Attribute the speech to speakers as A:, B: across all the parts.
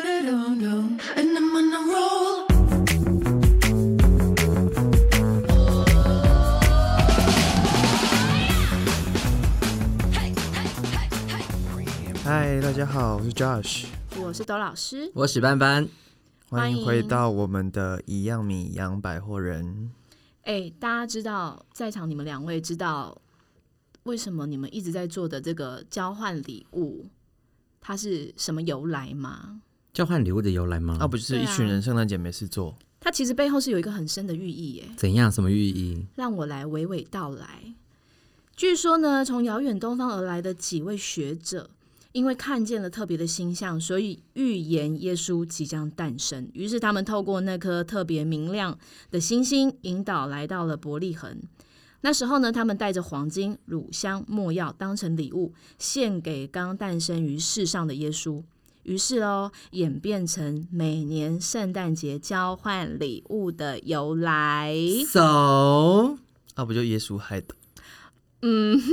A: And I'm on a roll. Hey, hey, hey, hey.
B: 嗨，大家好，我是 Josh，
C: 我是董老师，
D: 我史班班，
B: 欢迎
C: 欢迎
B: 回到我们的一样米阳百货人。
C: 哎，大家知道在场你们两位知道为什么你们一直在做的这个交换礼物，它是什么由来吗？
D: 交换礼物的由来吗？
B: 那、啊哦不就是一群人圣诞节没事做？
C: 它其实背后是有一个很深的寓意耶，
D: 怎样？什么寓意？
C: 让我来娓娓道来。据说呢，从遥远东方而来的几位学者，因为看见了特别的星象，所以预言耶稣即将诞生。于是他们透过那颗特别明亮的星星，引导来到了伯利恒。那时候呢，他们带着黄金、乳香、没药当成礼物，献给刚诞生于世上的耶稣。于是哦，演变成每年圣诞节交换礼物的由来。
D: 走、
B: 那、啊不就耶稣害的？
C: 嗯哼，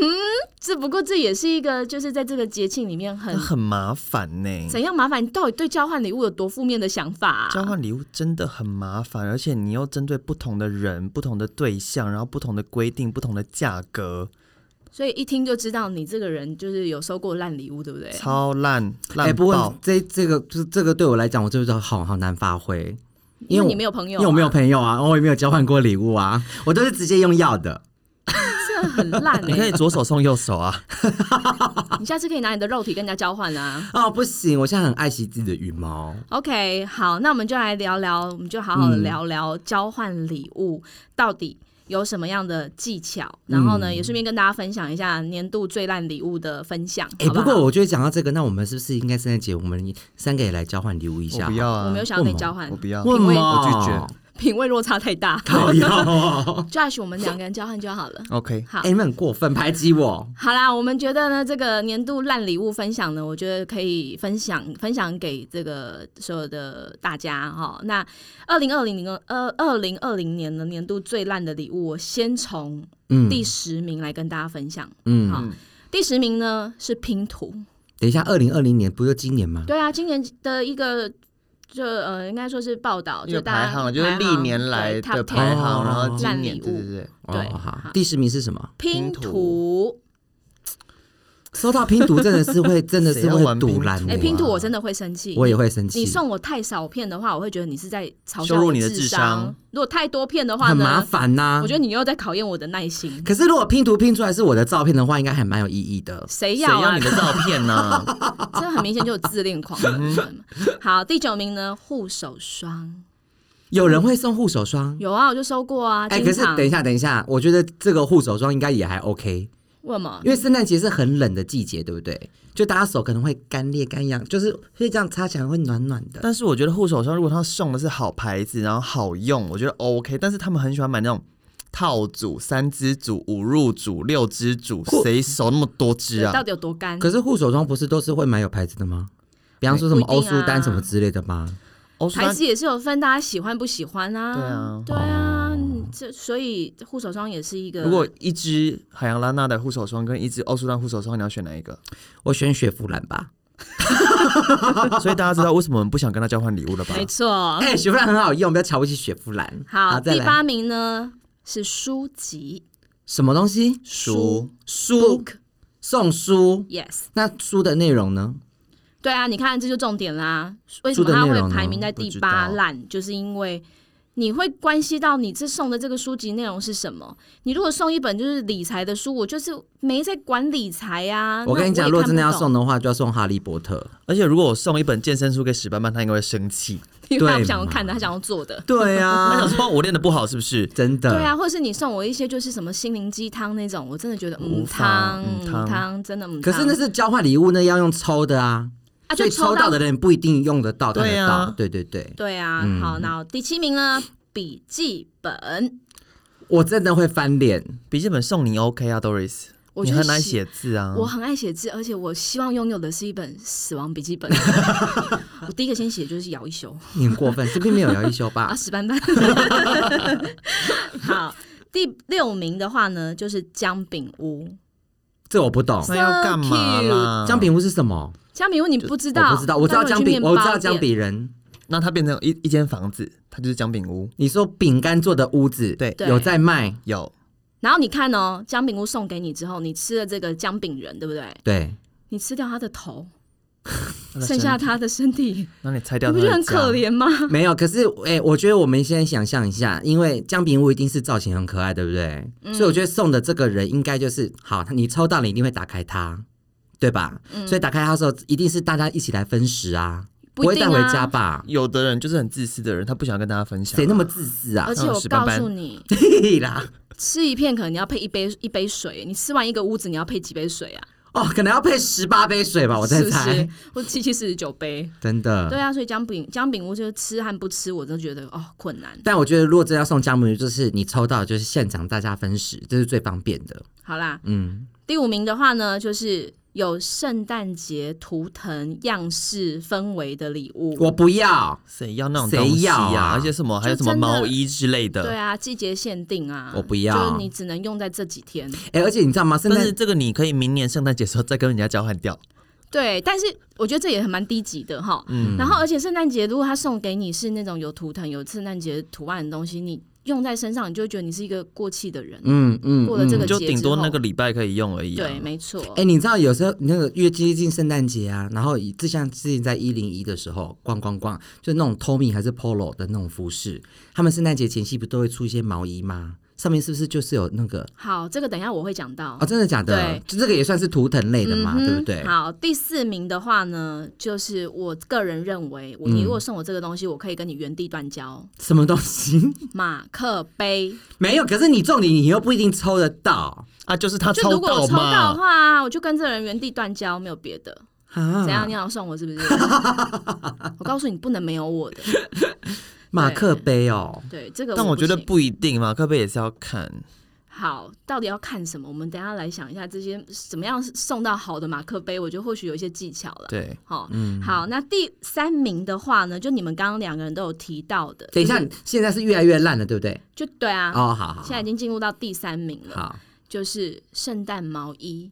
C: 只不过这也是一个，就是在这个节庆里面很
B: 那很麻烦呢、
C: 怎样麻烦。你到底对交换礼物有多负面的想法、啊？
B: 交换礼物真的很麻烦，而且你又针对不同的人、不同的对象，然后不同的规定、不同的价格，
C: 所以一听就知道你这个人就是有收过烂礼物，对不对？
B: 超烂
D: 哎、
B: 烂
D: 不
B: 爆
D: 过。这这个就是这个对我来讲，我就是好好难发挥，因为
C: 因为
D: 我
C: 你没有朋友、
D: 因为我没有，朋友啊，我也没有交换过礼物啊， 我都是直接用要的。
C: 这很烂、
B: 你可以
C: 欸。
B: 左手送右手啊！
C: 你下次可以拿你的肉体跟人家交换啊。
D: 哦，不行，我现在很爱惜自己的羽毛。
C: OK，好，那我们就来聊聊，我们就好
D: 嗯
C: 好的聊聊交换礼物到底有什么样的技巧，然后
D: 嗯
C: 呢，也顺便跟大家分享一下年度最烂礼物的分享。
D: 哎、
C: 好
D: 不
C: 好
D: 过我觉得讲到这个，那我们是不是应该圣诞节我们三个也来交换礼物一
B: 我
D: 下？
B: 不要
C: 我
B: 啊
C: 没有！想要跟你
D: 问
C: 交
D: 嘛
C: 换
B: 我，不要，
D: 为什么？
B: 我
C: 品味落差太大。
D: 讨 厌哦！
C: Josh，我们两个人交换就好了。
B: OK，
C: 好
D: 哎、，你们很过分，排挤我。
C: 好啦，我们觉得呢，这个年度烂礼物分享呢，我觉得可以分享分享给这个所有的大家哈。那二零二零零二二零二零年的年度最烂的礼物，我先从
D: 嗯
C: 第十名来跟大家分享。好
D: 嗯，
C: 第十名呢是拼图，
D: 等一下，二零二零年不就今年吗？
C: 对啊，今年的一个。就呃，应该说是报道，
B: 一
C: 就
B: 个
C: 大
B: 排
C: 家
B: 行啊就是
C: 排
B: 历年来
C: 对
B: 的
C: top
B: 排
C: ten
B: 行，然后
D: 哦
B: 今
C: 烂
B: 年
C: 礼
B: 对
C: 物
B: 对对，
C: 对
D: 哦、好
C: 好，
D: 第十名是什么？
C: 拼
B: 拼图
C: 图，
D: 收到拼图真的 是会，真的是
B: 谁要玩拼
D: 会
B: 图
D: 堵拦我、啊
C: 哎、
B: 欸
C: 拼图我真的会生气，
D: 我也会生气，
C: 你送我太少片的话，我会觉得你是在嘲
B: 羞
C: 笑
B: 辱
C: 我
B: 你的智
C: 智
B: 商
C: 如果太多片的话呢，
D: 很麻烦呐、
C: 我觉得你又在考验我的耐心。
D: 可是如果拼图拼出来是我的照片的话，应该还蛮有意义的。
C: 谁
B: 谁
C: 要
B: 要
C: 啊
B: 你？的照片呢？
C: 这很明显就有自恋狂的人。好，第九名呢，护手霜
D: 有人会送护手霜，
C: 有啊，我就收过啊。
D: 哎、
C: 经
D: 可是
C: 常
D: 等一下，等一下，我觉得这个护手霜应该也还 OK，
C: 为什么
D: 因？为圣诞节是很冷的季节，对不对？就大家手可能会干裂、干痒，就是会这样擦起来会暖暖的。
C: 嗯
B: 但是我觉得护手霜，如果他送的是好牌子，然后好用，我觉得 OK。但是他们很喜欢买那种套组、三支组、五入组、六支组，谁手那么多支
C: 对到
B: 啊？
C: 底有多干？
D: 可是护手霜不是都是会蛮有牌子的吗？比方说什么
C: 不一
D: 欧
C: 定
D: 舒
C: 啊
D: 丹什么之类的吗？
B: 欧舒
C: 牌
B: 丹
C: 子也是有分，大家喜欢不喜欢
B: 对啊
C: 啊？对啊，嗯这所以护手霜也是一个。
B: 如果一支海洋拉娜的护手霜跟一支欧舒丹护手霜，你要选哪一 个？
D: 我选雪佛兰吧。
B: 所以大家知道为什么我们不想跟他交换礼物了吧？
C: 没错，
D: 哎、雪佛兰很好用，不要瞧不起雪佛兰。
C: 好，
D: 再
C: 第
D: 来
C: 八名呢是书籍
D: 什么东西？
B: 书
D: 书送书，
C: ，yes。
D: 那书的内容呢？
C: 对啊，你看这就重点啦。为什
D: 书
C: 么
D: 的
C: 它
D: 内
C: 会
D: 容呢
C: 排名在
B: 不
C: 第
B: 知
C: 八
B: 道
C: 烂？就是因为你会关系到你这送的这个书籍内容是什么。你如果送一本就是理财的书，我就是没在管理财呀、啊那
D: 我跟你讲，
C: 也
D: 如果
C: 看
D: 真的
C: 不
D: 要
C: 懂
D: 送，的话，就要送《哈利波特
B: 而且如果我送一本健身书给史班班，他应该会生气。
C: 因为他
D: 对
C: 不想要
D: 嘛
C: 看的，他想要做的》。。
D: 对
B: 他
D: 啊
B: 想，说我练的不好是不是？
D: 真的。
C: 对啊，或者是你送我一些就是什么心灵鸡汤那种，我真的觉得
B: 无
C: 嗯
B: 法
C: 汤
B: 嗯
C: 嗯
B: 汤
C: 汤真的嗯汤。
D: 可是那是交换礼物，那要用抽的啊，
C: 啊，
D: 所
C: 就
D: 以抽到的人不一定用得到、看
B: 对
D: 得
B: 啊
D: 到。对对对，
C: 对啊。
D: 嗯
C: 好，那第七名呢，笔记本，
D: 我真的会翻脸。
B: 笔记本送你 OK 啊，Doris，
C: 我
B: 你
C: 觉得
B: 很难
C: 喜
B: 写字
D: 嗯
B: 啊。
C: 我很爱写字，而且我希望拥有的是一本死亡笔记 本。我第一个先写就是姚一修
D: 你很过分，这并没有姚一修
C: 啊，
D: 吧？
C: 史 斑斑。好，第六名的话呢，就是姜饼屋。
D: 这我不懂。
B: 那要干嘛啦？
D: 姜饼屋是什么？
C: 姜饼屋你不知道？
D: 我不知道，我知道
C: 那如果
D: 姜
C: 你去
D: 饼，
C: 面
D: 我知道
C: 包
D: 姜
C: 店。
D: 饼人。
B: 那它变成一一间房子，它就是姜饼屋。
D: 你说饼干做的屋子，
B: 对
C: 对
D: 有在卖，
B: 有，
C: 然后你看哦，姜饼屋送给你之后，你吃了这个姜饼人，对不对？
D: 对，
C: 你吃掉他的头，
B: 那
C: 剩下他的身体，
B: 那你拆
C: 你
B: 掉，
C: 不觉得很可？怜吗？
D: 没有。可是，哎、我觉得我们先想象一下，因为姜饼屋一定是造型很可爱，对不对？
C: 嗯
D: 所以我觉得送的这个人应该就是好，你抽到你一定会打开它，对吧？
C: 嗯
D: 所以打开它的时候，一定是大家一起来分食啊，
C: 不
D: 会
C: 一定
D: 带
C: 啊
D: 回家吧？
B: 有的人就是很自私的人，他不想跟大家分享啊。
D: 谁那么自私啊
C: 而？且我
B: 屎
C: 告
B: 斑
C: 诉
B: 斑
C: 你，
D: 对啦，
C: 吃一片可能你要配一杯一杯水，你吃完一个屋子你要配几杯水啊？
D: 哦，可能要配十八杯水吧，我在
C: 是不
D: 猜，嗯
C: 是？或七七四十九杯？
D: 真的。
C: 对啊，所以姜饼姜饼屋就是吃和不吃，我都觉得哦困难。
D: 但我觉得，如果真的要送姜母鱼，就是你抽到就是现场大家分食，这是最方便的。
C: 好啦，
D: 嗯，
C: 第五名的话呢，就是有圣诞节图腾样式氛围的礼物。
D: 我不要，
B: 谁要那种
D: 谁
B: 东西
D: 要啊
B: 而且什么还有
C: 就
B: 什么
C: 真的
B: 毛衣之类的。
C: 对啊，季节限定啊，
D: 我不要
C: 就是你只能用在这几天。
D: 哎、而且你知道吗？圣
B: 但
D: 诞
B: 是这个你可以明年圣诞节的时候再跟人家交换掉。
C: 对，但是我觉得这也很蛮低级的哈。
D: 嗯
C: 然后而且圣诞节如果他送给你是那种有图腾、有圣诞节图案的东西，你用在身上，你就会觉得你是一个过气的人。
D: 嗯嗯
C: 过了这个
D: 嗯
B: 就
C: 节
B: 顶
C: 之
B: 多
C: 后
B: 那个礼拜可以用而已、啊。
C: 对，没错。
D: 哎、你知道有时候那个越接近圣诞节啊，然后以就像之前在一零一的时候逛逛逛，就那种 Tommy 还是 Polo 的那种服饰，他们圣诞节前夕不都会出一些毛衣吗？上面是不是就是有那个？
C: 好，这个等一下我会讲到。
D: 哦，真的假的
C: 对？
D: 就这个也算是图腾类的嘛，
C: 嗯
D: 对不
C: 哼
D: 对？
C: 好，第四名的话呢，就是我个人认为，我你如果送我这个东西，我可以跟你原地断交。
D: 什么东西
C: 马克杯，
D: 没有？可是你重点你又不一定抽得到
B: 啊，就是他
C: 就如
B: 抽
C: 果我
B: 到
C: 抽到
B: 嘛，
C: 的话，我就跟这个人原地断交，没有别的。
D: 啊
C: 怎样？你要送我是不是？我告诉你，不能没有我的。
D: 马克杯哦，
C: 对，这个
B: 但我觉得
C: 不行
B: 不一定嘛，科贝也是要看。
C: 好，到底要看什么？我们等一下来想一下这些怎么样送到好的马克杯，我觉得或许有一些技巧了。
B: 对，
C: 好，好，那第三名的话呢，就你们刚刚两个人都有提到的，
D: 等一下，现在是越来越烂了，对不对？
C: 就对嗯啊，
D: 哦，好好，
C: 现在已经进入到第三名了，
D: 好，
C: 就是圣诞毛衣。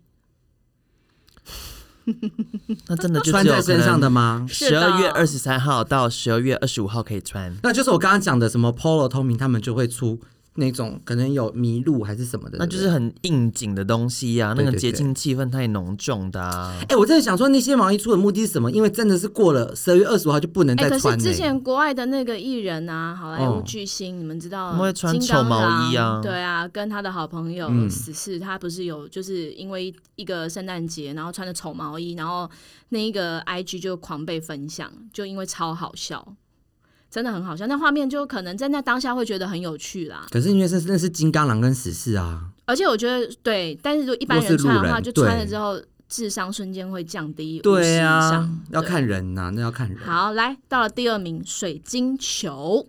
B: 那真的就
D: 穿在身上的。吗？
C: 是
B: 十
C: 的
B: 二月二十三号到十二月二十五号可以穿，
D: 那就是我刚刚讲的什么 Polo 透明，他们就会出那种可能有麋鹿还是什么的，
B: 那就是
D: 哎
B: 很应景的东西呀、啊，那
D: 对
B: 个
D: 对
B: 节
D: 对
B: 庆气氛太浓重的、啊。、
D: 哎诶我真的想说，那些毛衣出的目的是什么？因为真的是过了十二月二十五号就不能
C: 哎、
D: 再
C: 可是
D: 穿了、
C: 之前国外的那个艺人啊，好莱坞
D: 哦
C: 巨星，你们知
B: 他
C: 道，
B: 们会穿
C: 金刚
B: 丑毛衣啊
C: 狼对啊，跟他的好朋友
D: 嗯
C: 死侍，他不是有就是因为一个圣诞节，然后穿着丑毛衣，然后那一个 IG 就狂被分享，就因为超好笑，真的很好笑。那画面就可能在那当下会觉得很有趣啦，
D: 可是因为是那是金刚狼跟死侍啊，
C: 而且我觉得对，但是如果一般
D: 如果
C: 人
D: 是
C: 穿的
D: 路
C: 话，
D: 人
C: 就
D: 对
C: 穿了之后智商瞬间会降低
D: 对
C: 50以
D: 啊
C: 上，
D: 要
C: 对
D: 看人呐、那要看人。
C: 好，来到了第二名，水晶球。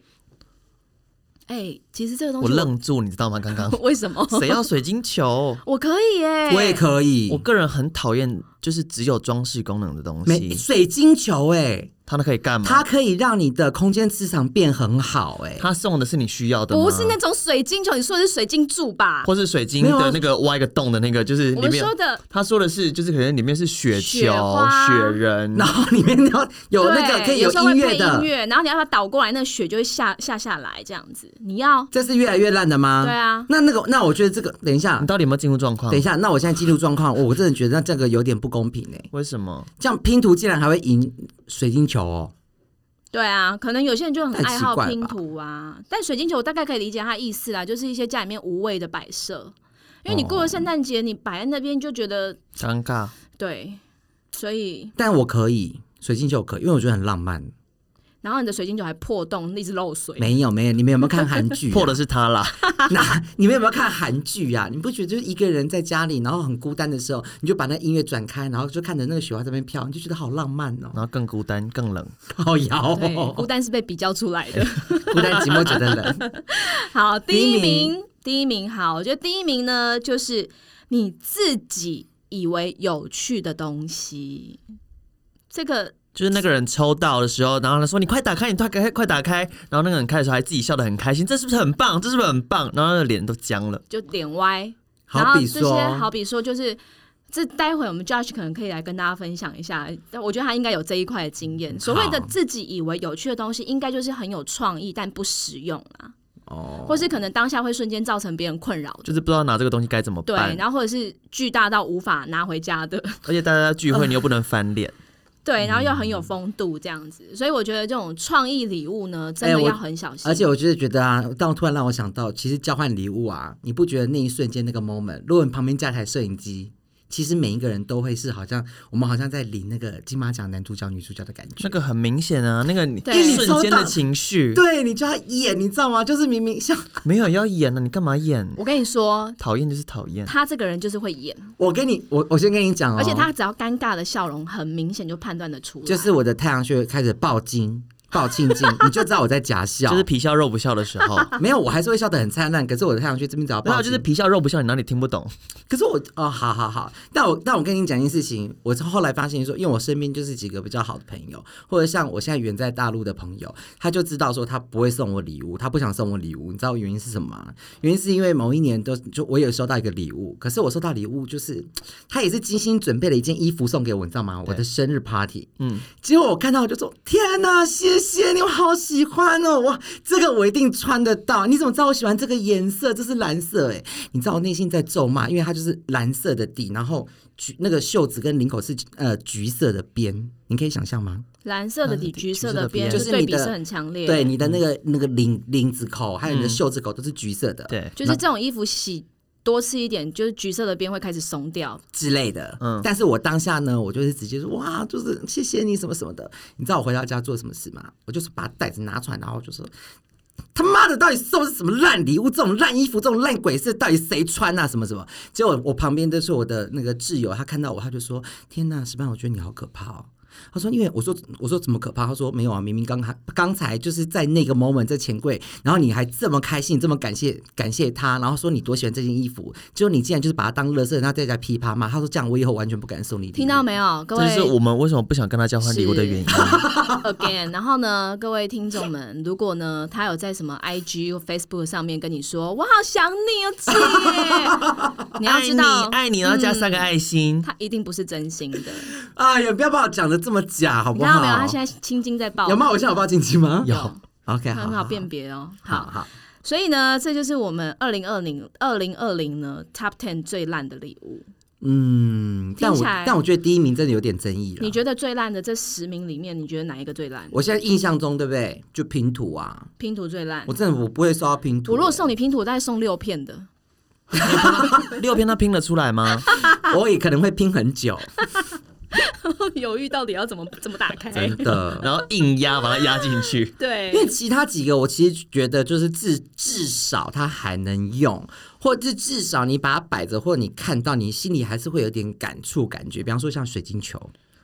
C: 哎、其实这个东
B: 我
C: 西
B: 愣住，你知道吗？刚 刚
C: 为什么？
B: 谁要水晶球？
C: 我可以耶、
D: 我也可以，
B: 我个人很讨厌，就是只有装饰功能的东
D: 没
B: 西，
D: 水晶球哎、
B: 它那可以干
C: 嗯
B: 嘛？
D: 它可以让你的空间磁场变很好哎、
B: 它送的是你需要的
D: 啊
B: 吗？
C: 不是那种水晶球，你说的是水晶柱吧？
B: 或是水晶
D: 没有啊
B: 的那个挖一个洞的那个，就是
C: 我
B: 里
C: 们
B: 面
C: 说的
B: 他说的是，就是可能里面是雪
C: 雪
B: 球、
C: 花
B: 雪人，
D: 然后里面要有那个
C: 对
D: 可以
C: 有时候
D: 音
C: 会
D: 乐
C: 配
D: 的
C: 音，乐，然后你要把它倒过来，那个雪就会下下下来这样子。你要
D: 这是越来越烂的吗？
C: 对啊
D: 那那个，那我觉得这个，等一下
B: 你，到底有没有进入状况？
D: 等一，下，那我现在进入状况，我我真的觉得这个有点不公平哎、
B: 为什么？
D: 这样拼图竟然还会赢水晶球哦？
C: 对啊，可能有些人就很
D: 太
C: 爱
D: 奇
C: 好
D: 怪了
C: 拼
D: 吧
C: 图啊，但水晶球我大概可以理解它的意思啦，就是一些家里面无谓的摆设，因为你过了圣诞节，你摆在那边就觉得
B: 尴尬。
C: 对，所以
D: 但我可以水晶球可以，因为我觉得很浪漫。
C: 然后你的水晶球还破洞，一直漏水。
D: 没有没有，你们有没有看韩 剧、啊
B: 破的，是他啦，
D: 那你们有没有看韩剧啊？你不觉得就是一个人在家里，然后很孤单的时候，你就把那音乐转开，然后就看着那个雪花在那边飘，你就觉得好浪漫哦
B: 然，后更孤单、更冷。
D: 好摇、
C: 对，孤
D: 哦，
C: 单是被比较出来 的。
D: 孤单寂寞觉得冷。
C: 好，第一
D: 第一名
C: 名，第一名，好，我觉得第一名呢，就是你自己以为有趣的东西。这个
B: 就是那个人抽到的时候，然后他说：“你快打开，你快打开，快打开。”然后那个人开的时候还自己笑得很开心，这是不是很棒？这是不是很棒？然后那个脸都僵了。
C: 就脸歪，然
D: 好
C: 后
D: 比
C: 这些
D: 说，
C: 好比说就是。这待会我们 Josh 可能可以来跟大家分享一下，但我觉得他应该有这一块的经验。所谓的
D: 好
C: 自己以为有趣的东西，应该就是很有创意但不实用啊，
D: 哦，
C: 或是可能当下会瞬间造成别人困扰的。
B: 就是不知道拿这个东西该怎么
C: 对，
B: 办，
C: 然后或者是巨大到无法拿回家的，
B: 而且大家聚会你又不能翻 脸，
C: 对，然后又很
D: 嗯
C: 有风度这样子，所以我觉得这种创意礼物呢，真
D: 哎
C: 的
D: 我
C: 要很小心。
D: 而且我就是觉得啊，但我突然让我想到，其实交换礼物啊，你不觉得那一瞬间那个 moment，如果你旁边架台摄影机，其实每一个人都会是好像我们好像在领那个金马奖男主角女主角的感觉。
B: 那个很明显啊，那个你
C: 对
B: 瞬间的情绪，
D: 对你就要演，你知道吗？就是明明像
B: 没有要演了、啊你干嘛演？
C: 我跟你说，
B: 讨厌就是讨厌，
C: 他这个人就是会演，
D: 我跟你，我我先跟你讲哦，
C: 而且他只要尴尬的笑容，很明显就判断得出来。
D: 就是我的太阳穴开始爆筋、爆庆劲，你就知道我在假笑。
B: 就是皮笑肉不笑的时 候，
D: 没有，我还是会笑得很灿烂，可是我的太阳穴这边只要
B: 然
D: 爆
B: 后
D: 筋，
B: 就是皮笑肉不笑，你哪里听不懂？
D: 可是我哦，好好好，但我但我跟你讲一件事情，我是后来发现说，因为我身边就是几个比较好的朋友，或者像我现在远在大陆的朋友，他就知道说他不会送我礼物，他不想送我礼物，你知道原因是什么吗？原因是因为某一年都就我有收到一个礼物，可是我收到礼物就是他也是精心准备了一件衣服送给我，你知道吗？我的生日 party，
B: 嗯，
D: 结果我看到我就说：“天哪，谢谢你，我好喜欢哦！哇，这个我一定穿得到。你怎么知道我喜欢这个颜色？这是蓝色哎！你知道我内心在咒骂，因为它就是蓝色的底，然后橘那个袖子跟领口是呃橘色的边，你可以想象吗？
C: 蓝色的底，橘色的
B: 橘
C: 边，
D: 色的边
C: 对
D: 就
C: 比
D: 是你的
C: 是很强烈。
D: 对，，你的那个那个领领子口还有你的袖子口都是橘色的，
B: 对，
C: 就是这种衣服洗多次一点，就是橘色的边会开始松掉。
D: 之类的。
B: 嗯
D: 但是我当下呢，我就是直接说哇，就是谢谢你什么什么的。你知道我回到家做什么事吗？我就是把袋子拿出来，然后就说。他妈的，到底送的是什么烂礼物？这种烂衣服，这种烂鬼事，到底谁穿啊？什么什么？结果我旁边就是我的那个挚友，他看到我，他就说：“天呐，石斑，我觉得你好可怕哦。”他说：“因为我说我说怎么可怕？”他说：“没有啊，明明刚才刚才就是在那个 moment 在钱柜，然后你还这么开心，这么感谢感谢他，然后说你多喜欢这件衣服，结果你竟然就是把它当垃圾，然后在家噼啪骂。”他说：“这样我以后完全不敢送你礼物。”
C: 听到没有，各
B: 这就是
C: 位
B: 我们为什么不想跟他交换礼物的原因。
C: again。然后呢，各位听众们，如果呢他有在什么 IG 或 Facebook 上面跟你说我好想你哦，姐，你要知道嗯
B: 爱你，爱你，然后加三个爱心。
C: 他一定不是真心的，
D: 哎呀，不要把我讲的这么假，好
C: 你
D: 不
C: 知
D: 好？
C: 道没有？他现在青筋在爆，
D: 有吗？我现在有抱进去吗？
B: 有
D: ，OK，
C: 很
D: 好
C: 好辨别哦。
D: 好
C: 好，
D: 好，
C: 所以呢，这就是我们二零二零二零二零呢 Top Ten 最烂的礼物。
D: 嗯，但我
C: 听起来
D: 但我觉得第一名真的有点争议了。
C: 你觉得最烂的这十名里面，你觉得哪一个最烂？
D: 啊我现在印象中对不对？就拼图啊，
C: 拼图最烂
D: 我。真的我不会收到拼图。
C: 我如果送你拼图，我大概送六片 的。
B: 六篇他拼得出来 吗？
D: 我也可能会拼 很久，
C: 犹豫到底要怎么怎么打开。
D: 真的。
B: 然后硬压把它压进 去。
D: 因为
C: 对，
D: 其他几个，我其实觉得就是至至少它还能用，或者至少你把它摆着，或者你看到，你心里还是会有点感触感觉。比方说像水晶球，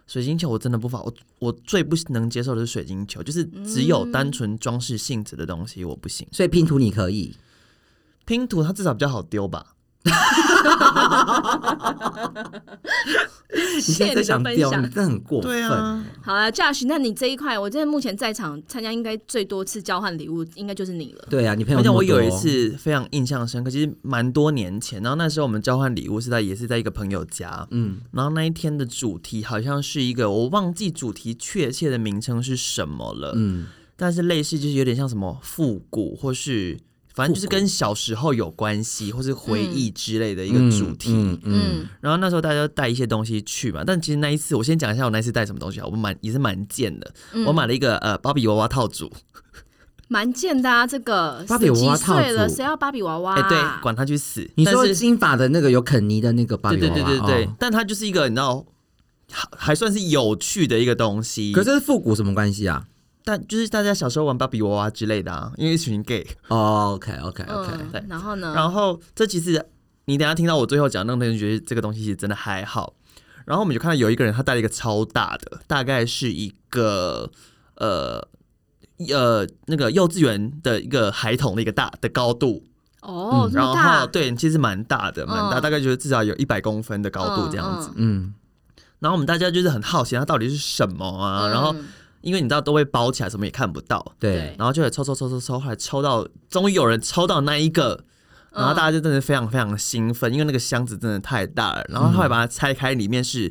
B: 水晶球我真的不法，我我最不能接受的是水晶球，就是只有单纯装饰性质的东西我不行。
D: 所以拼图你可以。
B: 拼图它至少比较好丢吧？
D: 你现在在想
C: 谢谢
D: 丢，
C: 你的分享
D: 你真的很过分。，
B: 啊
C: 好了，Josh，那你这一块，我真的目前在场参加应该最多次交换礼物，应该就是你了。
D: 对啊，你朋友
B: 而且
D: 那么
B: 我有一
D: 多，
B: 次非常印象深刻，其实蛮多年前，然后那时候我们交换礼物是在也是在一个朋友家，
D: 嗯，
B: 然后那一天的主题好像是一个我忘记主题确切的名称是什么了，
D: 嗯，
B: 但是类似就是有点像什么复古，或是反正就是跟小时候有关系，或是回忆之类的一
D: 一
B: 个主题。
D: 嗯嗯
C: 嗯，
B: 然后那时候大家都带一些东西去嘛，但其实那一次我先讲一下我那一次带什么东西啊，我蛮也是蛮贱的，我买了一个呃芭比娃娃套组，
C: 蛮贱的啊，这个
D: 芭比娃娃
C: 十几岁了，
D: 套组
C: 谁要芭比娃娃、
B: 哎、
C: 啊？
B: 对，管他去死。
D: 你
B: 但
D: 说
B: 是
D: 金发的那个有肯尼的那个芭
B: 对
D: 比
B: 对
D: 娃娃，
B: 对对对，
D: 哦
B: 但它就是一个你知道还还算是有趣的一个东西，
D: 可是复古什么关系啊？
B: 但就是大家小时候玩芭比娃娃之类的啊，因为一群 gay。
D: 哦，OK OK OK，、
C: 嗯
B: 对
C: 然后呢？
B: 然后这其实你等一下听到我最后讲那个东西，觉得这个东西其实真的还好。然后我们就看到有一个人，他带了一个超大的，大概是一个呃呃那个幼稚园的一个孩童的一个大的高度，
C: 哦，
D: 嗯
C: 这
B: 然
C: 么
B: 后
C: 大，
B: 对，其实蛮大的，蛮大，
C: 嗯
B: 大概就是至少有一百公分的高度这样子。
C: 嗯。嗯
D: 嗯，
B: 然后我们大家就是很好奇它到底是什么啊，然后
C: 嗯
B: 因为你知道都会包起来，什么也看不到，
D: 对，
C: 对
B: 然后就有抽抽抽抽抽，后来抽到，终于有人抽到那一个，
C: 嗯
B: 然后大家就真的非常非常兴奋，因为那个箱子真的太大了。然后后来把它拆开，里面是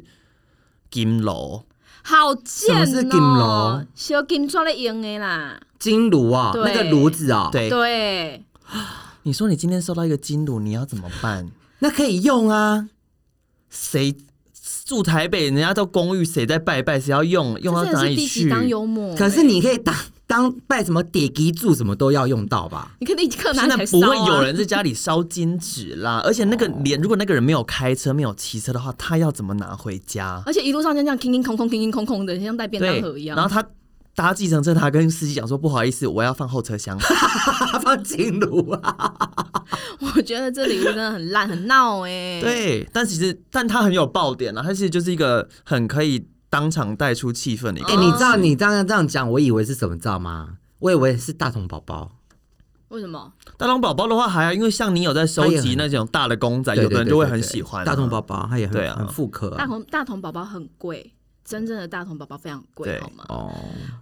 B: 金楼，
C: 好贱
D: 什么是金
C: 哦
D: 锣！
C: 小金抓来用的啦，
D: 金炉哦，
C: 对
D: 那个炉子哦，，
B: 对，
C: 对，
B: 你说你今天收到一个金炉，你要怎么办？
D: 那可以用啊，
B: 谁住台北，人家到公寓，谁在拜拜，谁要用用
C: 这
B: 到
C: 真的
B: 哪
C: 是
B: 里
C: 第
B: 去
C: 几？当幽默欸。
D: 可是你可以当当拜什么铁吉柱什么都要用到吧？
C: 你肯定刻拿
B: 现
C: 起
B: 在
C: 来
B: 不
C: 烧
B: 会
C: 啊
B: 有人在家里烧金纸啦，而且那个连如果那个人没有开车、没有骑车的话，他要怎么拿回家？
C: 而且一路上就这样空空空空空空空空的，像带便当
B: 对
C: 盒一，样。
B: 然后他搭计程车，他跟司机讲说：“不好意思，我要放后车厢。
D: 他放金炉啊，
C: 我觉得这礼物真的很烂，很闹哎、”欸。，
B: 对，但其实但他很有爆点啊，他其实就是一个很可以当场带出气氛
C: 哦
B: 的一个。
D: 哎、你知道你刚刚这样讲，我以为是什么，你知道吗？我以为是大童宝宝。
C: 为什么？
B: 大龙宝宝的话还好，因为像你有在收
D: 他也
B: 集
D: 很
B: 那种大的公仔，
D: 对
B: 有的人
D: 对
B: 就会
D: 对
B: 很
D: 对
B: 喜欢啊
D: 大童宝。宝，他也很
B: 对啊
D: 很复刻
C: 大
D: 啊。
C: 童大童宝宝很贵，真正的大童宝宝非常贵，
B: 对
C: 好吗？
D: 哦，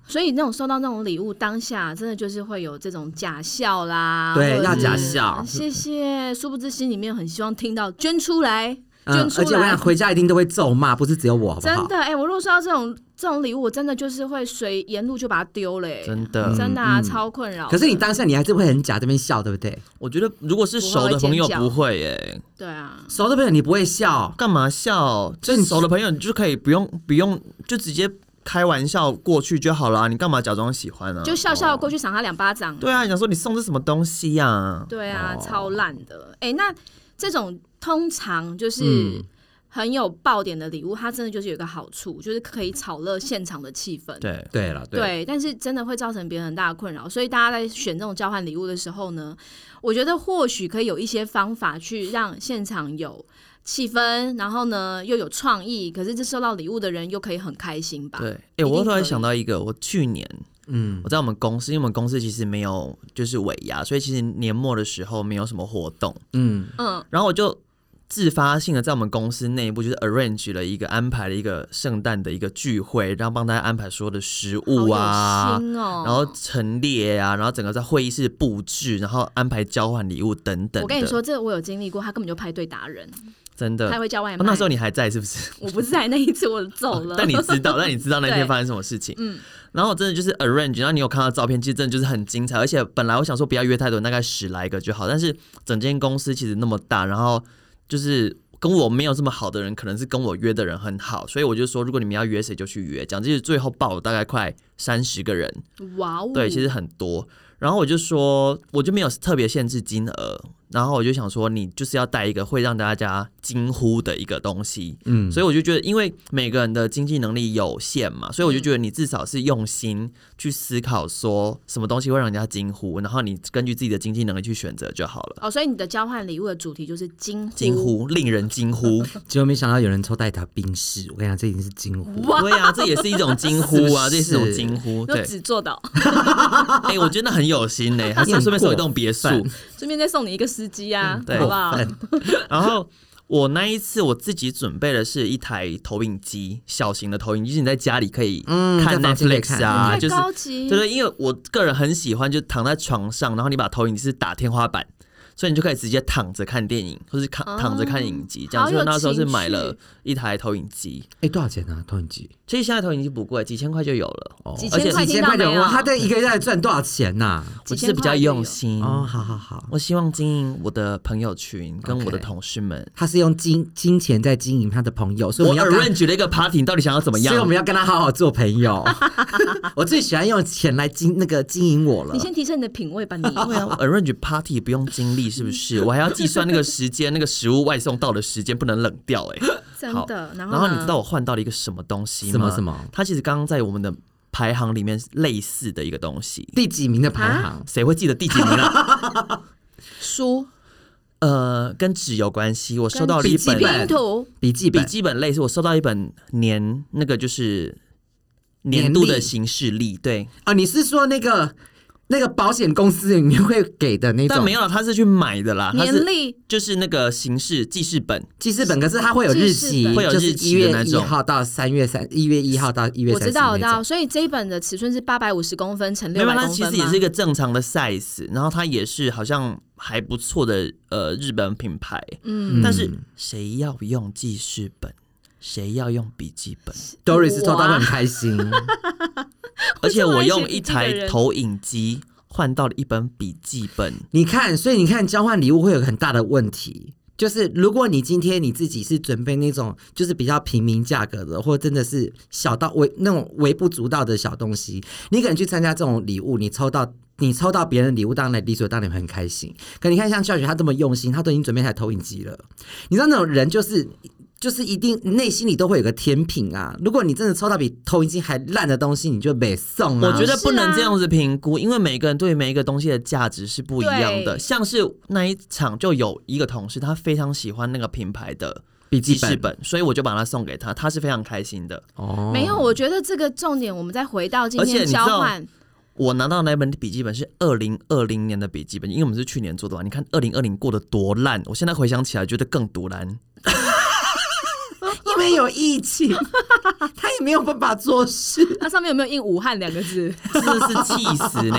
C: 所以那种收到那种礼物，当下真的就是会有这种假笑啦，或
D: 对
C: 者是
D: 要假笑
C: 谢谢，殊不知心里面很希望听到捐出来，
D: 嗯
C: 捐，出
D: 而且我
C: 来。
D: 想回家一定都会咒骂，不是只有我，好不
C: 真
D: 好？
C: 的，哎、我如果收到这种这种礼物，我真的就是会随沿路就把它丢了、哎
B: 真的
C: 真的啊，
D: 嗯嗯
C: 超困扰的。
D: 可是你当下你还是会很假这边笑，对不对？
B: 我觉得如果是
C: 不会
B: 熟的
C: 尖
B: 朋友
C: 叫
B: 不会哎耶、
C: 对啊，
D: 熟的朋友你不会笑，
B: 哦干嘛笑？
D: 所
B: 最
D: 以你
B: 熟的朋友，你就可以不用不用，就直接开玩笑过去就好啦。你干嘛假装喜
D: 嗯
B: 欢呢、啊？
C: 就笑
D: 哦
C: 笑过去赏他两巴掌，
B: 对啊，你想说你送这什么东西呀、
C: 对啊，
D: 哦
C: 超烂的。哎、那这种通常就是
D: 嗯
C: 很有爆点的礼物，它真的就是有一个好处，就是可以炒热现场的气氛。
B: 对，
D: 对了，
C: 对，但是真的会造成别人很大的困扰，所以大家在选这种交换礼物的时候呢，我觉得或许可以有一些方法去让现场有气氛，然后呢又有创意，可是这收到礼物的人又可以很开心吧？
B: 对，哎、
C: 定
B: 我突
C: 可
B: 然
C: 以
B: 想到一个，我去年
D: 嗯
B: 我在我们公司，因为我们公司其实没有就是尾牙，所以其实年末的时候没有什么活动，
D: 嗯，
C: 嗯，
B: 然后我就自发性的在我们公司内部就是 arrange 了一个安排了一个圣诞的一个聚会，然后帮大家安排所有的食物
C: 好
B: 啊
C: 有，心哦。
B: 然后陈列啊，然后整个在会议室布置，然后安排交换礼物等等。
C: 我跟你说，，这我有经历过，他根本就派对达人，
B: 真的，
C: 他
B: 哦
C: 会叫外卖。
B: 那时候你还在是不 是？
C: 我不是在那一次，我走 了。
B: 但你知道，但你知道那
C: 对
B: 天发生什么事情？
C: 嗯，
B: 然后真的就是 arrange，然后你有看到照片，其实真的就是很精彩。而且本来我想说不要约太多，大概十来个就好。但是整间公司其实那么大，然后就是跟我没有这么好的人，可能是跟我约的人很好，所以我就说，如果你们要约谁就去约。讲就是最后报了大概快三十个人，
C: 哇哦，
B: 对，其实很多。然后我就说，我就没有特别限制金额，然后我就想说，你就是要带一个会让大家惊呼的一个东西。
D: 嗯
B: 所以我就觉得，因为每个人的经济能力有限嘛，所以我就觉得你至少是用心去思考，说什么东西会让人家惊呼，然后你根据自己的经济能力去选择就好了。
C: 哦，所以你的交换礼物的主题就是惊呼，
B: 惊呼，令人惊 呼，
D: 结果没想到有人抽到一条冰室，我跟你讲，这已经是惊呼。
B: 对啊，这也是一种惊呼啊，
D: 是
B: 这也
D: 不是
B: 是一种惊呼。
C: 就
B: 对，
C: 只做到，
B: 哎、我觉得很有心呢、还是顺便送一栋别墅。
C: 顺便再送你一个司机啊，
B: 嗯对
C: 好不好？
B: 然后我那一次我自己准备的是一台投影机，小型的投影机，就是你在家里可以
D: 嗯
B: 看
D: 在房间可以
B: Netflix 啊，
C: 太
B: 就是
C: 高级，
B: 对对，因为我个人很喜欢，就躺在床上，然后你把投影机是打天花板，所以你就可以直接躺着看电影，或是看
C: 哦
B: 躺着看影集这
C: 好
B: 样。所以
C: 有
B: 我那时候是
C: 情
B: 买了
C: 趣
B: 一台投影机，
D: 哎，多少钱啊？投影机？
B: 其实现在投影机不贵，几千块就有了。
D: 哦
C: 几
B: 而
C: 千
B: 且
C: 块
D: 几
C: 听
D: 千
C: 到
D: 块
C: 没
D: 钱
C: 有？
D: 哇，他这一个月到底赚多少钱呐？
C: 几
B: 我
C: 千
B: 是比较用
C: 块就有
B: 心
D: 哦，好好好，
B: 我希望经营我的朋友群跟我的
D: OK
B: 同事们。
D: 他是用金金钱在经营他的朋友，所以我
B: 我
D: 们要
B: 耳
D: 跟
B: 润举了一个 party，你到底想要怎么
D: 所以我
B: 样
D: 们？要跟他好好做 朋友。我最喜欢用钱来经那个经营我了
C: 你。先提升你的品味吧， 你。
B: 对啊，耳润举 party 不用精力是不是？我还要计算那个时间，那个食物外送到的时间不能冷掉哎、
C: 真的，然
B: 然后
C: 呢
B: 你知道我换到了一个什么东西吗？
D: 什么什么
B: 它其实刚刚在我们的排行里面是类似的一个东西，
D: 第几名的排行？
B: 谁会记得第几名啊？
C: 书
B: 呃，跟纸有关系。我收到了
D: 跟
B: 一
D: 笔记
B: 本
D: 本
C: 拼图
D: 笔记
B: 笔
D: 本。
B: 记本类似，我收到一本年那个就是
D: 年
B: 年度的
D: 历
B: 行事历，对
D: 哦啊，你是说那个那个保险公司里面会给的那
B: 但
D: 种
B: 没有啦，他是去买的啦，他
C: 年
B: 啊是
C: 历
B: 就是那个形式记事本，
D: 记事本，可是它会有日
C: 记事
D: 期，
C: 本
B: 会有
D: 就是
B: 日
D: 一
B: 期的
D: 月
B: 那
D: 一
B: 种
D: 号到三月三，一月一号到一月
C: 我
D: 三
C: 知
D: 十
C: 道，我知
D: 那
C: 道，
D: 种。
C: 所以这一本的尺寸是八百五十公分乘
B: 没
C: 六
B: 有，
C: 百
B: 它
C: 公
B: 其
C: 分
B: 实也是一个
C: 个
B: 正常的 size，然后它也是好像还不错的呃日本品牌，
C: 嗯，
B: 但是谁要用记事本？谁要用笔记 本？
D: Doris 抽到
C: 哇
D: 会很开心，
B: 而且我用一
C: 我是完全一个
B: 台
C: 人
B: 投影机换到了一本笔记本，
D: 你看，所以你看交换礼物会有个很大的问题。就是如果你今天你自己是准备那种就是比较平民价格的，或真的是小到微那种微不足道的小东西，你可能去参加这种礼物，你抽到你抽到别人的礼物，当然理所当然很开心。可你看像教学他这么用心，他都已经准备一台投影机了，你知道那种人就是就是一定内心里都会有个天平啊。如果你真的抽到比投影机还烂的东西，你就得送
B: 我
D: 啊。
B: 觉得
C: 是
B: 不能
C: 啊
B: 这样子评估，因为每个人对每一个东西的价值是不一样的。
C: 对
B: 像是那一场就有一个同事，他非常喜欢那个品牌的
D: 笔
B: 记
D: 记
B: 事本，所以我就把它送给他，他是非常开心的。
D: 哦
C: 没有，我觉得这个重点，我们再回到今
B: 而且
C: 天
B: 你知道
C: 交换，
B: 我拿到那本笔记本是二零二零年的笔记本，因为我们是去年做的嘛。你看二零二零过得多烂，我现在回想起来觉得更毒烂。
D: 因为有疫 情，他也没有办法做事。
C: 它上面有没有印“武汉”两个字？
B: 真的是气死 呢！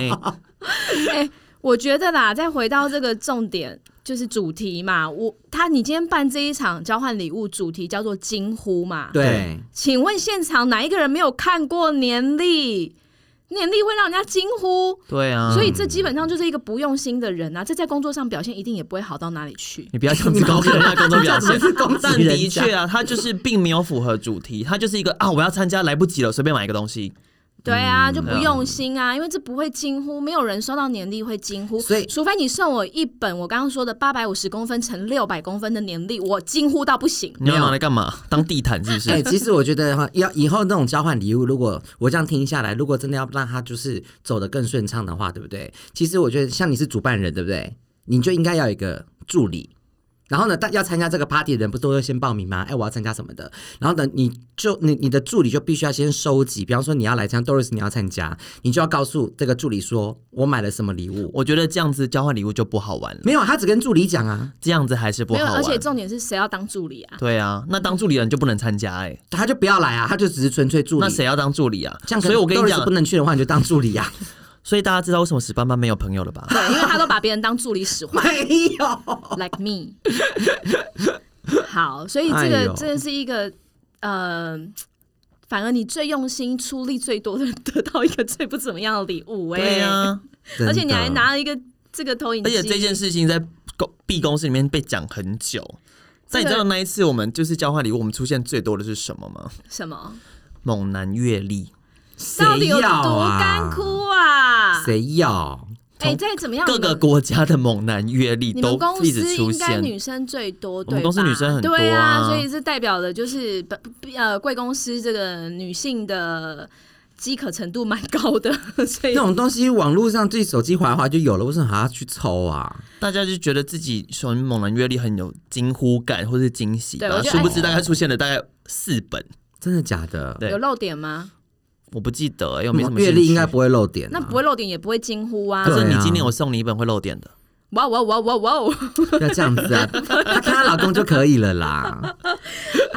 C: 我觉得啦，再回到这个重点，就是主题嘛。我他，你今天办这一场交换礼物，主题叫做“惊呼”嘛。
D: 对，
C: 请问现场哪一个人没有看过年历？年历会让人家惊呼，
B: 对啊，
C: 所以这基本上就是一个不用心的人啊。这在工作上表现一定也不会好到哪里去。
B: 你不要这样子高看人家工作表现
D: 这样子是攻击。
B: 但
D: 人
B: 的
D: 家
B: 确啊，他就是并没有符合主题，他就是一个啊，我要参加来不及了，随便买一个东西。
C: 对
B: 嗯
C: 啊，就不用心啊，因为这不会惊呼，没有人收到年历会惊呼。
D: 所以
C: 除非你送我一本我刚刚说的八百五十公分乘六百公分的年历，我惊呼到不行。
B: 你要
D: 没有
B: 拿来干嘛？当地毯是不
D: 哎、
B: 是？
D: 其实我觉得哈，要以后那种交换礼物，如果我这样听下来，如果真的要让他就是走得更顺畅的话，对不对？其实我觉得像你是主办人，对不对？你就应该要有一个助理。然后呢，大要参加这个 party 的人不都要先报名吗？哎，我要参加什么的。然后呢，你就你你的助理就必须要先收集，比方说你要来参加 Doris，你要参加，你就要告诉这个助理说我买了什么礼物。
B: 我觉得这样子交换礼物就不好玩了，
D: 没有，他只跟助理讲啊，
B: 这样子还是不
C: 没有，
B: 好
C: 而且
B: 玩。
C: 重点是谁要当助理啊？
B: 对啊，那当助理的人就不能参加哎、
D: 他就不要来啊，他就只是纯粹助理。
B: 那谁要当助理啊？
D: 这样可
B: 所
D: 能
B: 以我跟你
D: Doris
B: 讲
D: 不，能去的话，你就当助 理啊。
B: 所以大家知道为什么史班班没有朋友了吧？
C: 对，因为他都把别人当助理使唤
D: 没有，
C: ，like me。好，所以这
D: 哎
C: 个
D: 呦
C: 真的是一个呃，反而你最用心、出力最多的人得到一个最不怎么样的礼物、哎，
B: 对啊，
D: 真
C: 而且你还
D: 的
C: 拿了一个这个投影
B: 而
C: 机，
B: 且这件事情在公 B 公司里面被讲很久。但你知
C: 这
B: 道
C: 个
B: 那一次我们就是交换礼物，我们出现最多的是什么吗？
C: 什么
B: 猛男阅历，
C: 到底有多
D: 谁要啊
C: 干枯啊？
D: 谁要？
C: 哎、再怎么样，
B: 各
C: 你
B: 个
C: 们
B: 国家的猛男阅历
C: 你
B: 都
C: 们公
B: 一
C: 司
B: 直出
C: 应该女
B: 现。
C: 生最多，
B: 我
C: 对吧？
B: 们公司女生很多啊
C: 对所以这代表的就是本呃贵公司这个女性的饥渴程度蛮高的，所以
D: 这种东西网络上自己手机划一划就有了，为什么还要去抽啊？
B: 大家就觉得自己喜欢猛男阅历很有惊呼感或是惊喜
C: 对
B: 吧，
C: 我觉得哎
B: 殊不知大概出现了大概四本，
D: 真的假的？嗯
B: 对
C: 有漏点吗？
B: 我不记得、欸，又没什么
D: 阅
B: 兴
D: 历应
B: 趣
D: 该不会漏点、啊，
C: 那不会漏点，也不会惊呼啊
B: 可！是
D: 对啊
B: 你今年我送你一本会漏点的，
C: 哇哇哇哇哇！
D: 不要这 样子啊！她看她老公就可以了啦。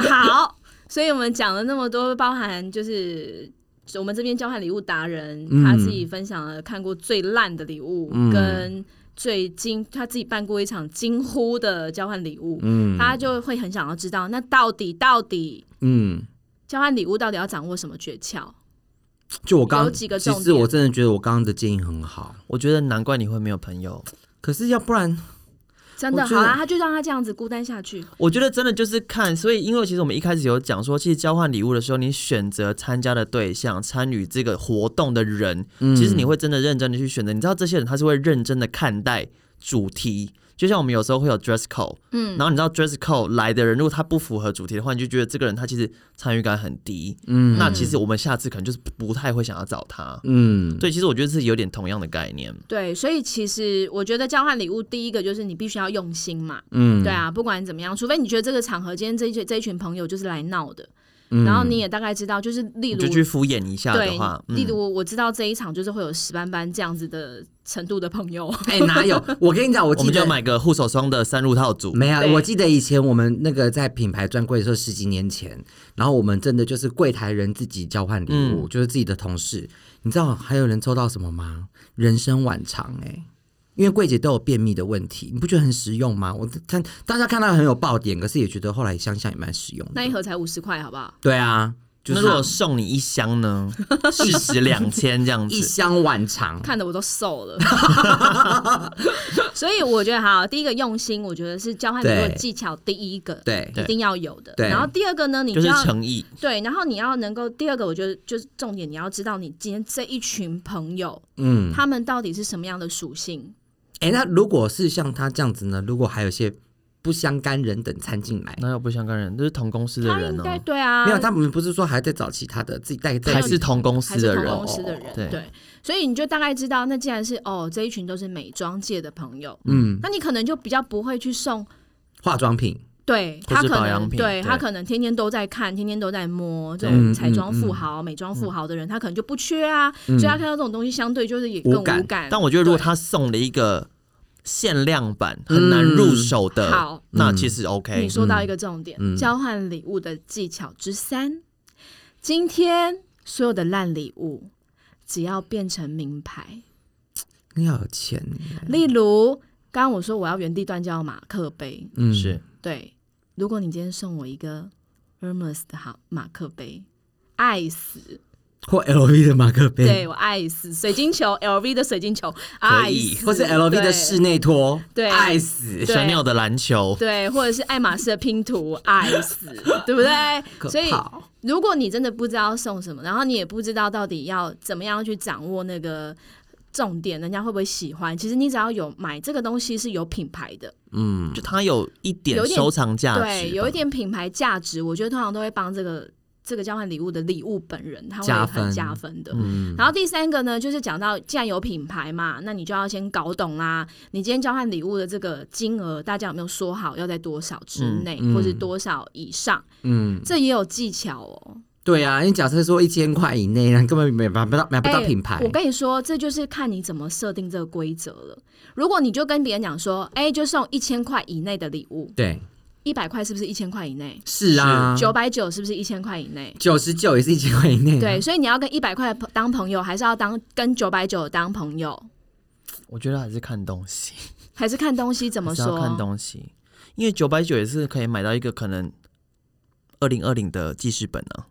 C: 好，所以我们讲了那么多，包含就是我们这边交换礼物达人、
D: 嗯
C: 他自己分享了看过最烂的礼物、
D: 嗯
C: 跟最惊，他自己办过一场惊呼的交换礼物，
D: 嗯
C: 大家就会很想要知道，那到底到底
D: 嗯，
C: 交换礼物到底要掌握什么诀窍？
D: 就我刚
C: 有几个重点
D: 其实我真的觉得我刚刚的建议很好，
B: 我觉得难怪你会没有朋友。
D: 可是要不然
C: 真的
D: 我觉
C: 好
D: 得
C: 啦，他就让他这样子孤单下去，
B: 我觉得真的就是看，所以因为其实我们一开始有讲说，其实交换礼物的时候，你选择参加的对象、参与这个活动的人，其实你会真的认真的去选择。你知道这些人他是会认真的看待主题，就像我们有时候会有 dress code，嗯，然后你知道 dress code 来的人，如果他不符合主题的话，你就觉得这个人他其实参与感很低，嗯，那其实我们下次可能就是不太会想要找他。
D: 嗯，
B: 对，其实我觉得是有点同样的概念。
C: 对，所以其实我觉得交换礼物第一个就是你必须要用心嘛，
D: 嗯
C: 对啊，不管怎么样，除非你觉得这个场合今天这一群这一群朋友就是来闹的，
D: 嗯
C: 然后你也大概知道，就是例
B: 你
C: 如
B: 就去敷衍一下的
C: 对
B: 话，，
C: 例
B: 嗯
C: 如我知道这一场就是会有十班班这样子的程度的朋友，
D: 哎、哪有？我跟你讲，我
B: 我
D: 记
B: 们就
D: 得
B: 买个护手霜的三入套组，
D: 没有，啊
C: 对
D: 我记得以前我们那个在品牌专柜的时候，十几年前，然后我们真的就是柜台人自己交换礼
B: 嗯
D: 物，就是自己的同事。你知道还有人抽到什么吗？人参晚肠哎、因为柜姐都有便秘的问题，你不觉得很实用吗？我看大家看到很有爆点，可是也觉得后来想想也蛮实用
C: 那
D: 的。
C: 一盒才五十块，好不好？
D: 对啊，就
B: 那如果
D: 是
B: 送你一箱 呢，四十两千这样
D: 一
B: 子，
D: 箱晚肠。
C: 看得我都瘦了， 所以我觉得好，第一个用心，我觉得是交换礼物的
D: 对
C: 技巧，第一个
D: 对
C: 一
B: 对
C: 定要有的。
D: 对
C: 然后第二个呢，你
B: 就
C: 就是要
B: 诚意，
C: 对，然后你要能够第二个，我觉得就是重点，你要知道你今天这一群朋友，
D: 嗯，
C: 他们到底是什么样的属性。
D: 哎、那如果是像他这样子呢？如果还有一些不相干人等参进来，
B: 哪有不相干人？这是同公司的
C: 他应
B: 人
C: 该
B: 哦，
C: 对啊，
D: 没有，他们不是说还在找其他的，自己带带
B: 还是同公
C: 还
B: 司
C: 是
B: 的
C: 同
B: 人哦
C: 公司的人，
B: 对
C: 对，所以你就大概知道，那既然是哦，这一群都是美妆界的朋友，
D: 嗯
C: 那你可能就比较不会去送，
D: 化妆品，
C: 对
B: 或
C: 他
B: 是
C: 可
B: 保养
C: 能
B: 品
C: 对他
B: 对
C: 可能天天都在看，天天都在摸这种
D: 嗯
C: 彩妆
D: 嗯
C: 富豪、美妆富豪的人，他可能就不缺啊，所以他看到这种东西，相对就是也
D: 无
C: 更无
D: 感
C: 感。
B: 嗯但我觉得如果
C: 对
B: 他送了一个限量版，很难入手
C: 嗯
B: 的
C: 好，
B: 那
D: 嗯
B: 其实 OK
C: 你。说到一个重点，
D: 嗯
C: 交换礼物的技巧之三。今天所有的烂礼物，只要变成名牌，
D: 那要有钱，嗯
C: 例如刚刚我说我要原地断交马克杯，
D: 嗯，
B: 是，
C: 对，如果你今天送我一个 Hermes 的好马克杯，爱 死，
D: 或 LV 的马克杯，
C: 对，我爱死水晶球 LV 的水晶球，
B: 可
C: 爱
B: 以
C: 死，
D: 或是 LV
C: 对
D: 的室内拖，
C: 对
D: 爱死，
C: 对
B: 香奈儿的篮球，
C: 对，或者是爱马仕的拼图，爱死，对不
D: 可
C: 对？所以
D: 怕哦
C: 如果你真的不知道送什么，然后你也不知道到底要怎么样去掌握那个重点，人家会不会喜欢？其实你只要有买这个东西是有品牌的，
D: 嗯，
B: 就它有一点
C: 有点
B: 收藏价值吧，
C: 对，有一点品牌价值，我觉得通常都会帮这个这个交换礼物的礼物本人，他会
D: 加
C: 很
D: 分
C: 加分的。
D: 嗯，
C: 然后第三个呢，就是讲到既然有品牌嘛，那你就要先搞懂啦。你今天交换礼物的这个金额，大家有没有说好要在多少之内，
D: 嗯嗯
C: 或是多少以上？
D: 嗯，
C: 这也有技巧哦。
D: 对啊，因为假设说一千块以内，那根本买买不到买不到
C: 哎
D: 品牌，
C: 我跟你说，这就是看你怎么设定这个规则了。如果你就跟别人讲说，哎、就送一千块以内的礼物，
D: 对，
C: 一百块是不是一千块以内？
D: 是啊，
C: 九百九是不是一千块以内？
D: 九十九也是一千块以内，
B: 啊
C: 对，，所以你要跟一百块的朋当朋友，还是要当跟九百九当朋友，
B: 我觉得还是看东西，
C: 还是看东西怎么
B: 还是要
C: 说？
B: 看东西，因为九百九也是可以买到一个可能二零二零的记事本 啊，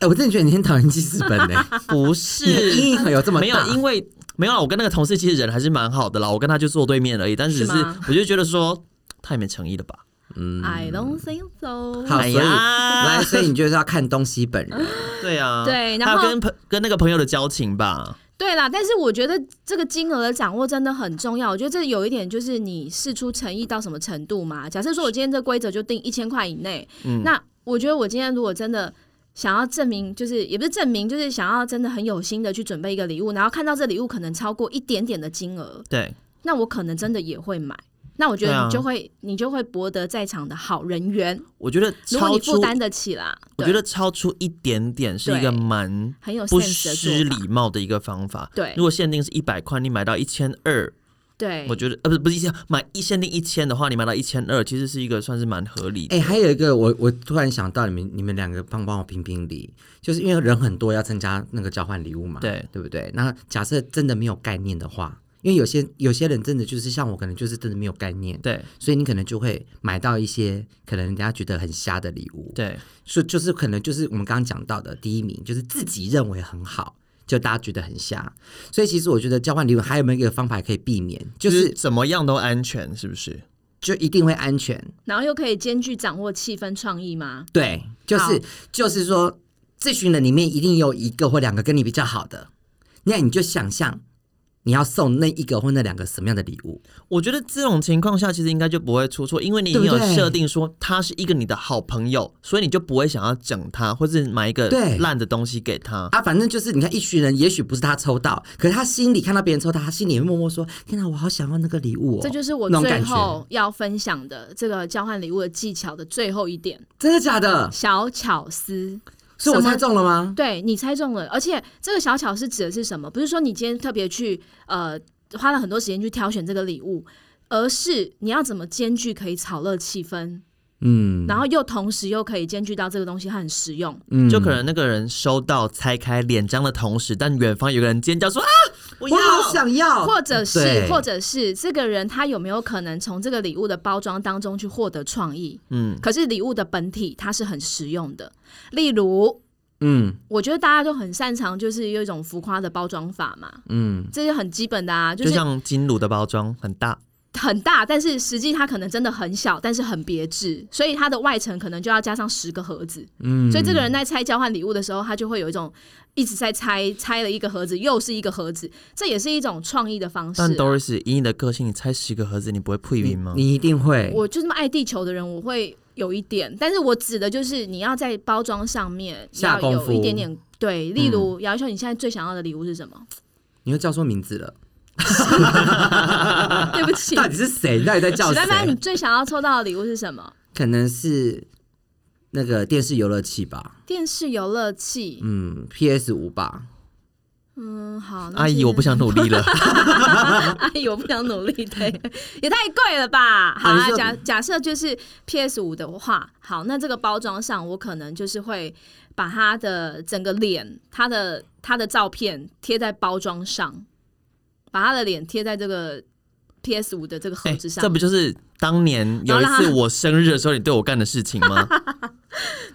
D: 哎，我真的觉得你很讨厌记事本呢，
B: 不
D: 你的
B: 是
D: 阴影有这么
B: 没有，
D: 大，
B: 因为没有啦，我跟那个同事其实人还是蛮好的啦，我跟他就坐对面而已，但是只
C: 是
B: 是
C: 吗
B: 我就觉得说太没诚意了吧？
D: 嗯，
C: I don't think so。
D: 好，
B: 哎
D: 所以
B: 呀
D: 来，所以你就是要看东西本人，
B: 对啊，
C: 对然
B: 还有
C: 后
B: 跟朋跟那个朋友的交情吧，
C: 对啦，但是我觉得这个金额的掌握真的很重要。我觉得这有一点就是你试出诚意到什么程度嘛。假设说我今天这规则就定一千块以内，
B: 嗯
C: 那我觉得我今天如果真的想要证明，就是也不是证明，就是想要真的很有心的去准备一个礼物，然后看到这礼物可能超过一点点的金额，
B: 对，
C: 那我可能真的也会买。那我觉
B: 对
C: 得
B: 啊
C: 你就会、你就会博得在场的好人缘，
B: 我觉得
C: 如果
B: 超
C: 你负
B: 出，
C: 担得起啦，
B: 我
C: 对
B: 觉得超出一点点是一个
C: 对
B: 蛮
C: 很有
B: 不
C: sense 的做
B: 失
C: 法
B: 礼貌的一个方法。
C: 对
B: 如果限定是一百块，你买到一千二，
C: 对，
B: 我觉得呃不是不是一千，买一限定一千的话，你买到一千二，其实是一个算是蛮合理的。
D: 哎、还有一个，我我突然想到，你们你们两个帮帮我评评理，就是因为人很多要参加那个交换礼物
C: 哎
D: 嘛，
B: 对
D: 对不对？那假设真的没有概念的话，因为有些有些人真的就是像我，可能就是真的没有概念，
B: 对
D: 所以你可能就会买到一些可能人家觉得很瞎的礼物，，
B: 对，
D: 所以就是可能就是我们刚刚讲到的第一名，就是自己认为很好。就大家觉得很瞎，所以其实我觉得交换礼物还有没有一个方法可以避免，就
B: 就是
D: 是
B: 怎么样都安全，是不是？
D: 就一定会安全，
C: 然后又可以兼具掌握气氛创意吗？
D: 对，就
C: 好
D: 是就是说，这群人里面一定有一个或两个跟你比较好的，那你就想象你要送那一个或那两个什么样的礼物？
B: 我觉得这种情况下，其实应该就不会出错，因为你已经
D: 对
B: 有
D: 不对
B: 设定说他是一个你的好朋友，所以你就不会想要整他，或者买一个
D: 对
B: 烂的东西给他。
D: 啊，反正就是你看，一群人也许不是他抽到，可是他心里看到别人抽到，他心里会默默说：“天哪，我好想要那个礼物哦！”
C: 这就是我
D: 那种
C: 最
D: 感觉，
C: 后要分享的这个交换礼物的技巧的最后一点
D: 真的假的？
C: 小巧思。
D: 所以我
C: 什么
D: 猜中了吗？
C: 对你猜中了，而且这个小巧思指的是什么？不是说你今天特别去呃花了很多时间去挑选这个礼物，而是你要怎么兼具可以炒热气氛，
D: 嗯，
C: 然后又同时又可以兼具到这个东西它很实用。
D: 嗯
B: 就可能那个人收到拆开脸章的同时，但远方有个人尖叫说啊，我要
D: 我好想要，
C: 或者是，
D: 哦对
C: 或者是这个人他有没有可能从这个礼物的包装当中去获得创意？
B: 嗯，
C: 可是礼物的本体它是很实用的，例如，
D: 嗯
C: 我觉得大家都很擅长，就是有一种浮夸的包装法嘛，
D: 嗯，
C: 这是很基本的啊，就
B: 就是像金炉的包装很大，
C: 很大，但是实际它可能真的很小，但是很别致，所以它的外层可能就要加上十个盒子。
D: 嗯
C: 所以这个人在拆交换礼物的时候，他就会有一种一直在拆，拆了一个盒子，又是一个盒子，这也是一种创意的方式啊、
B: 但 Doris 以你的个性，你拆十个盒子，你不会破
D: 你
B: 云吗？
D: 你一定会，
C: 我就这么爱地球的人，我会有一点，但是我指的就是你要在包装上面
D: 下
C: 要
D: 功
C: 有
D: 夫嗯
C: 一点点对，例如姚一秀，你现在最想要的礼物是什 么？
D: 你又叫错名字了，
C: 对不起，
D: 到底是谁？你到底在叫
C: 史
D: 谁
C: 丹？丹，你最想要抽到的礼物是什么？
D: 可能是那个电视游乐器吧，
C: 电视游乐器。
D: 嗯，PS 五吧，
C: 嗯，好，那
B: 阿姨，
C: 是
B: 我不想努力了。
C: 阿姨，我不想努力，对，也太贵了吧？ 好
D: 你
C: 啊，
D: 说
C: 假假设就是 PS 五的话，好，那这个包装上我可能就是会把它的整个脸，它的它的照片贴在包装上，把它的脸贴在这个 PS 五的这个盒
B: 哎
C: 子上。
B: 这不就是当年有一
C: 好啦
B: 次我生日的时候，你对我干的事情吗？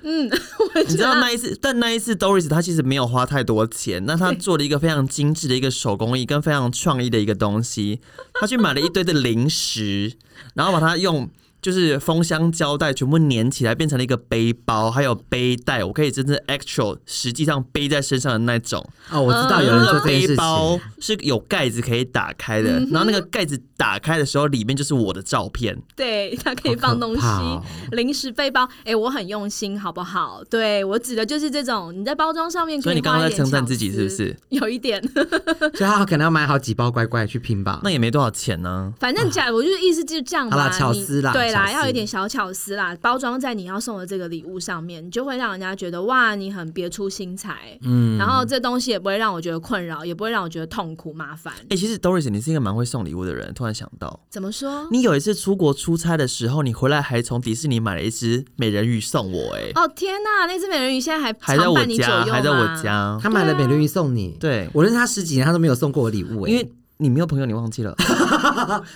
C: 嗯，
B: 你知道那一次，但那一次 Doris 她其实没有花太多钱，那她
C: 对
B: 做了一个非常精致的一个手工艺跟非常创意的一个东西， 她去买了一堆的零食，然后把它用。就是封箱胶带全部粘起来，变成了一个背包，还有背带，我可以真正 actual 实际上背在身上的那种。
D: 哦，我知道有
B: 那
D: 人
B: 个
D: 做这件
B: 背
D: 事情，
B: 包是有盖子可以打开的，
C: 嗯
B: 然后那个盖子打开的时候，里面就是我的照片。
C: 对，它可以
D: 好
C: 放
D: 可
C: 东西。
D: 怕哦
C: 零食背包，哎、我很用心，好不好？对我指的就是这种，你在包装上面可
B: 所以你刚
C: 花
B: 刚
C: 一
B: 在
C: 点
B: 称赞
C: 巧
B: 自己是不
C: 思？
B: 是？
C: 有一点，
D: 所以他可能要买好几包乖乖去拼吧。
B: 那也没多少钱呢、
C: 反正假，我就是意思就是这样
D: 好
C: 吧，
D: 啦巧
C: 你
D: 思啦
C: 对
D: 巧
C: 啦，
D: 思
C: 要有一点小巧思啦，包装在你要送的这个礼物上面，你就会让人家觉得哇，你很别出心裁，嗯，然后这东西也不会让我觉得困扰，也不会让我觉得痛苦麻烦。
B: 哎、其实 Doris，你是一个蛮会送礼物的人。突然想到，
C: 怎么说？
B: 你有一次出国出差的时候，你回来还从迪士尼买了一只美人鱼送我、哎、
C: 哦天呐，那只美人鱼现在还
B: 还在
C: 常
B: 我
C: 伴你左
B: 家，
C: 右
B: 还在我
C: 吗。
B: 家。
D: 他买了
C: 啊
D: 美人鱼送你，
B: 对
D: 我认识他十几年，他都没有送过我礼物、欸，
B: 因为你没有朋友，你忘记 了。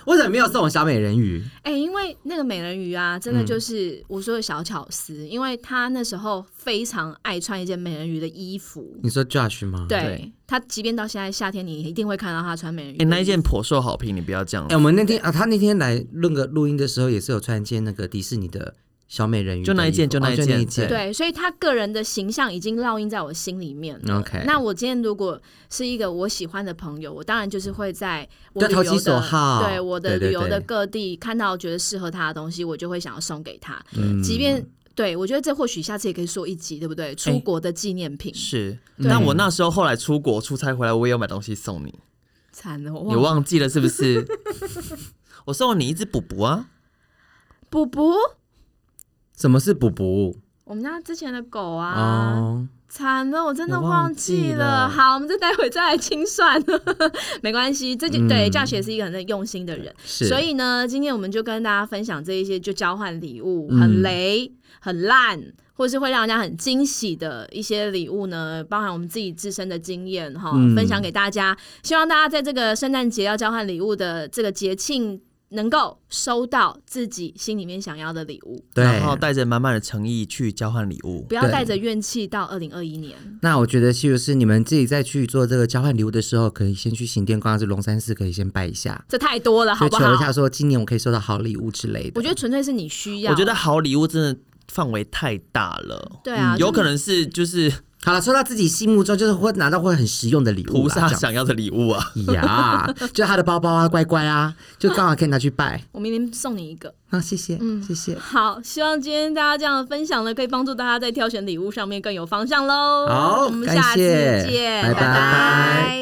D: 为什么没有送我小美人鱼？
C: 哎、因为那个美人鱼啊，真
D: 嗯
C: 的就是我说的小巧思，因为他那时候非常爱穿一件美人鱼的衣服。
D: 你说 Josh 吗？
C: 对
B: 对
C: 他，即便到现在夏天，你一定会看到他穿美人鱼
B: 哎、
C: 的衣服。
B: 那一件颇受好评，你不要这样
D: 哎、。我们那天啊，他那天来录个录音的时候，也是有穿一件那个迪士尼的小美人鱼的衣服，
B: 就那一件就那一
D: 一
B: 件
D: 一
C: 对，所以他个人的形象已经烙印在我心里面了。
D: OK
C: 那我今天如果是一个我喜欢的朋友，我当然就是会在我
D: 对
C: 旅
D: 投
C: 游
D: 其所
C: 的
D: 好
C: 对我的
D: 对对
C: 旅游的
D: 对
C: 各地看到觉得适合他的东西，我就会想要送给他，
D: 嗯
C: 即便。对，我觉得这或许下次也可以说一集，对不
D: 哎
C: 对？出国的纪念品，
B: 是，
C: 对
B: 但我那时候后来出国出差回来，我也有买东西送你，
C: 惨了，我
B: 你
C: 忘了
B: 忘记了是不 是？我送了你一只补补啊，
C: 补补，
D: 什么是补补？
C: 我们家之前的狗啊，
D: 哦，
C: 惨了，我真的
D: 我
C: 忘
D: 忘
C: 记
D: 记
C: 了。
D: 了
C: 好，我们这待会再来清算， 没关系。这就、对教学是一个很用心的人，
D: 嗯是
C: 所以呢，今天我们就跟大家分享这一些，就交换礼物，
D: 嗯
C: 很雷、很烂，或是会让人家很惊喜的一些礼物呢，包含我们自己自身的经验哈，
D: 嗯
C: 分享给大家。希望大家在这个圣诞节要交换礼物的这个节庆。能够收到自己心里面想要的礼物，
D: 对。
B: 然后带着满满的诚意去交换礼物
C: 不。要
D: 对
C: 带着怨气到二零二一年。
D: 那我觉得就是你们自己在去做这个交换礼物的时候，可以先去行天宫，或是龙山寺，可以先拜一下，
C: 这太多了，好不
D: 就求一下
C: 好？
D: 说今年我可以收到好礼物之类的。
C: 我觉得纯粹是你需要，
B: 我觉得好礼物真的范围太大了。
C: 对啊，
B: 有
C: 就
B: 可能是就是
D: 好了，抽到自己心目中就是会拿到会很实用的礼物
B: 菩
D: 啦，这
B: 萨
D: 样
B: 想要的礼物啊！
D: 呀，就他的包包啊、乖乖啊，就刚好可以拿去拜。
C: 我明天送你一个。
D: 啊，谢谢，
C: 嗯
D: 谢谢。
C: 好，希望今天大家这样的分享呢，可以帮助大家在挑选礼物上面更有方向喽。
D: 好
C: 我们
D: 感
C: 下次
D: 谢
C: 见，
D: 拜拜
C: 拜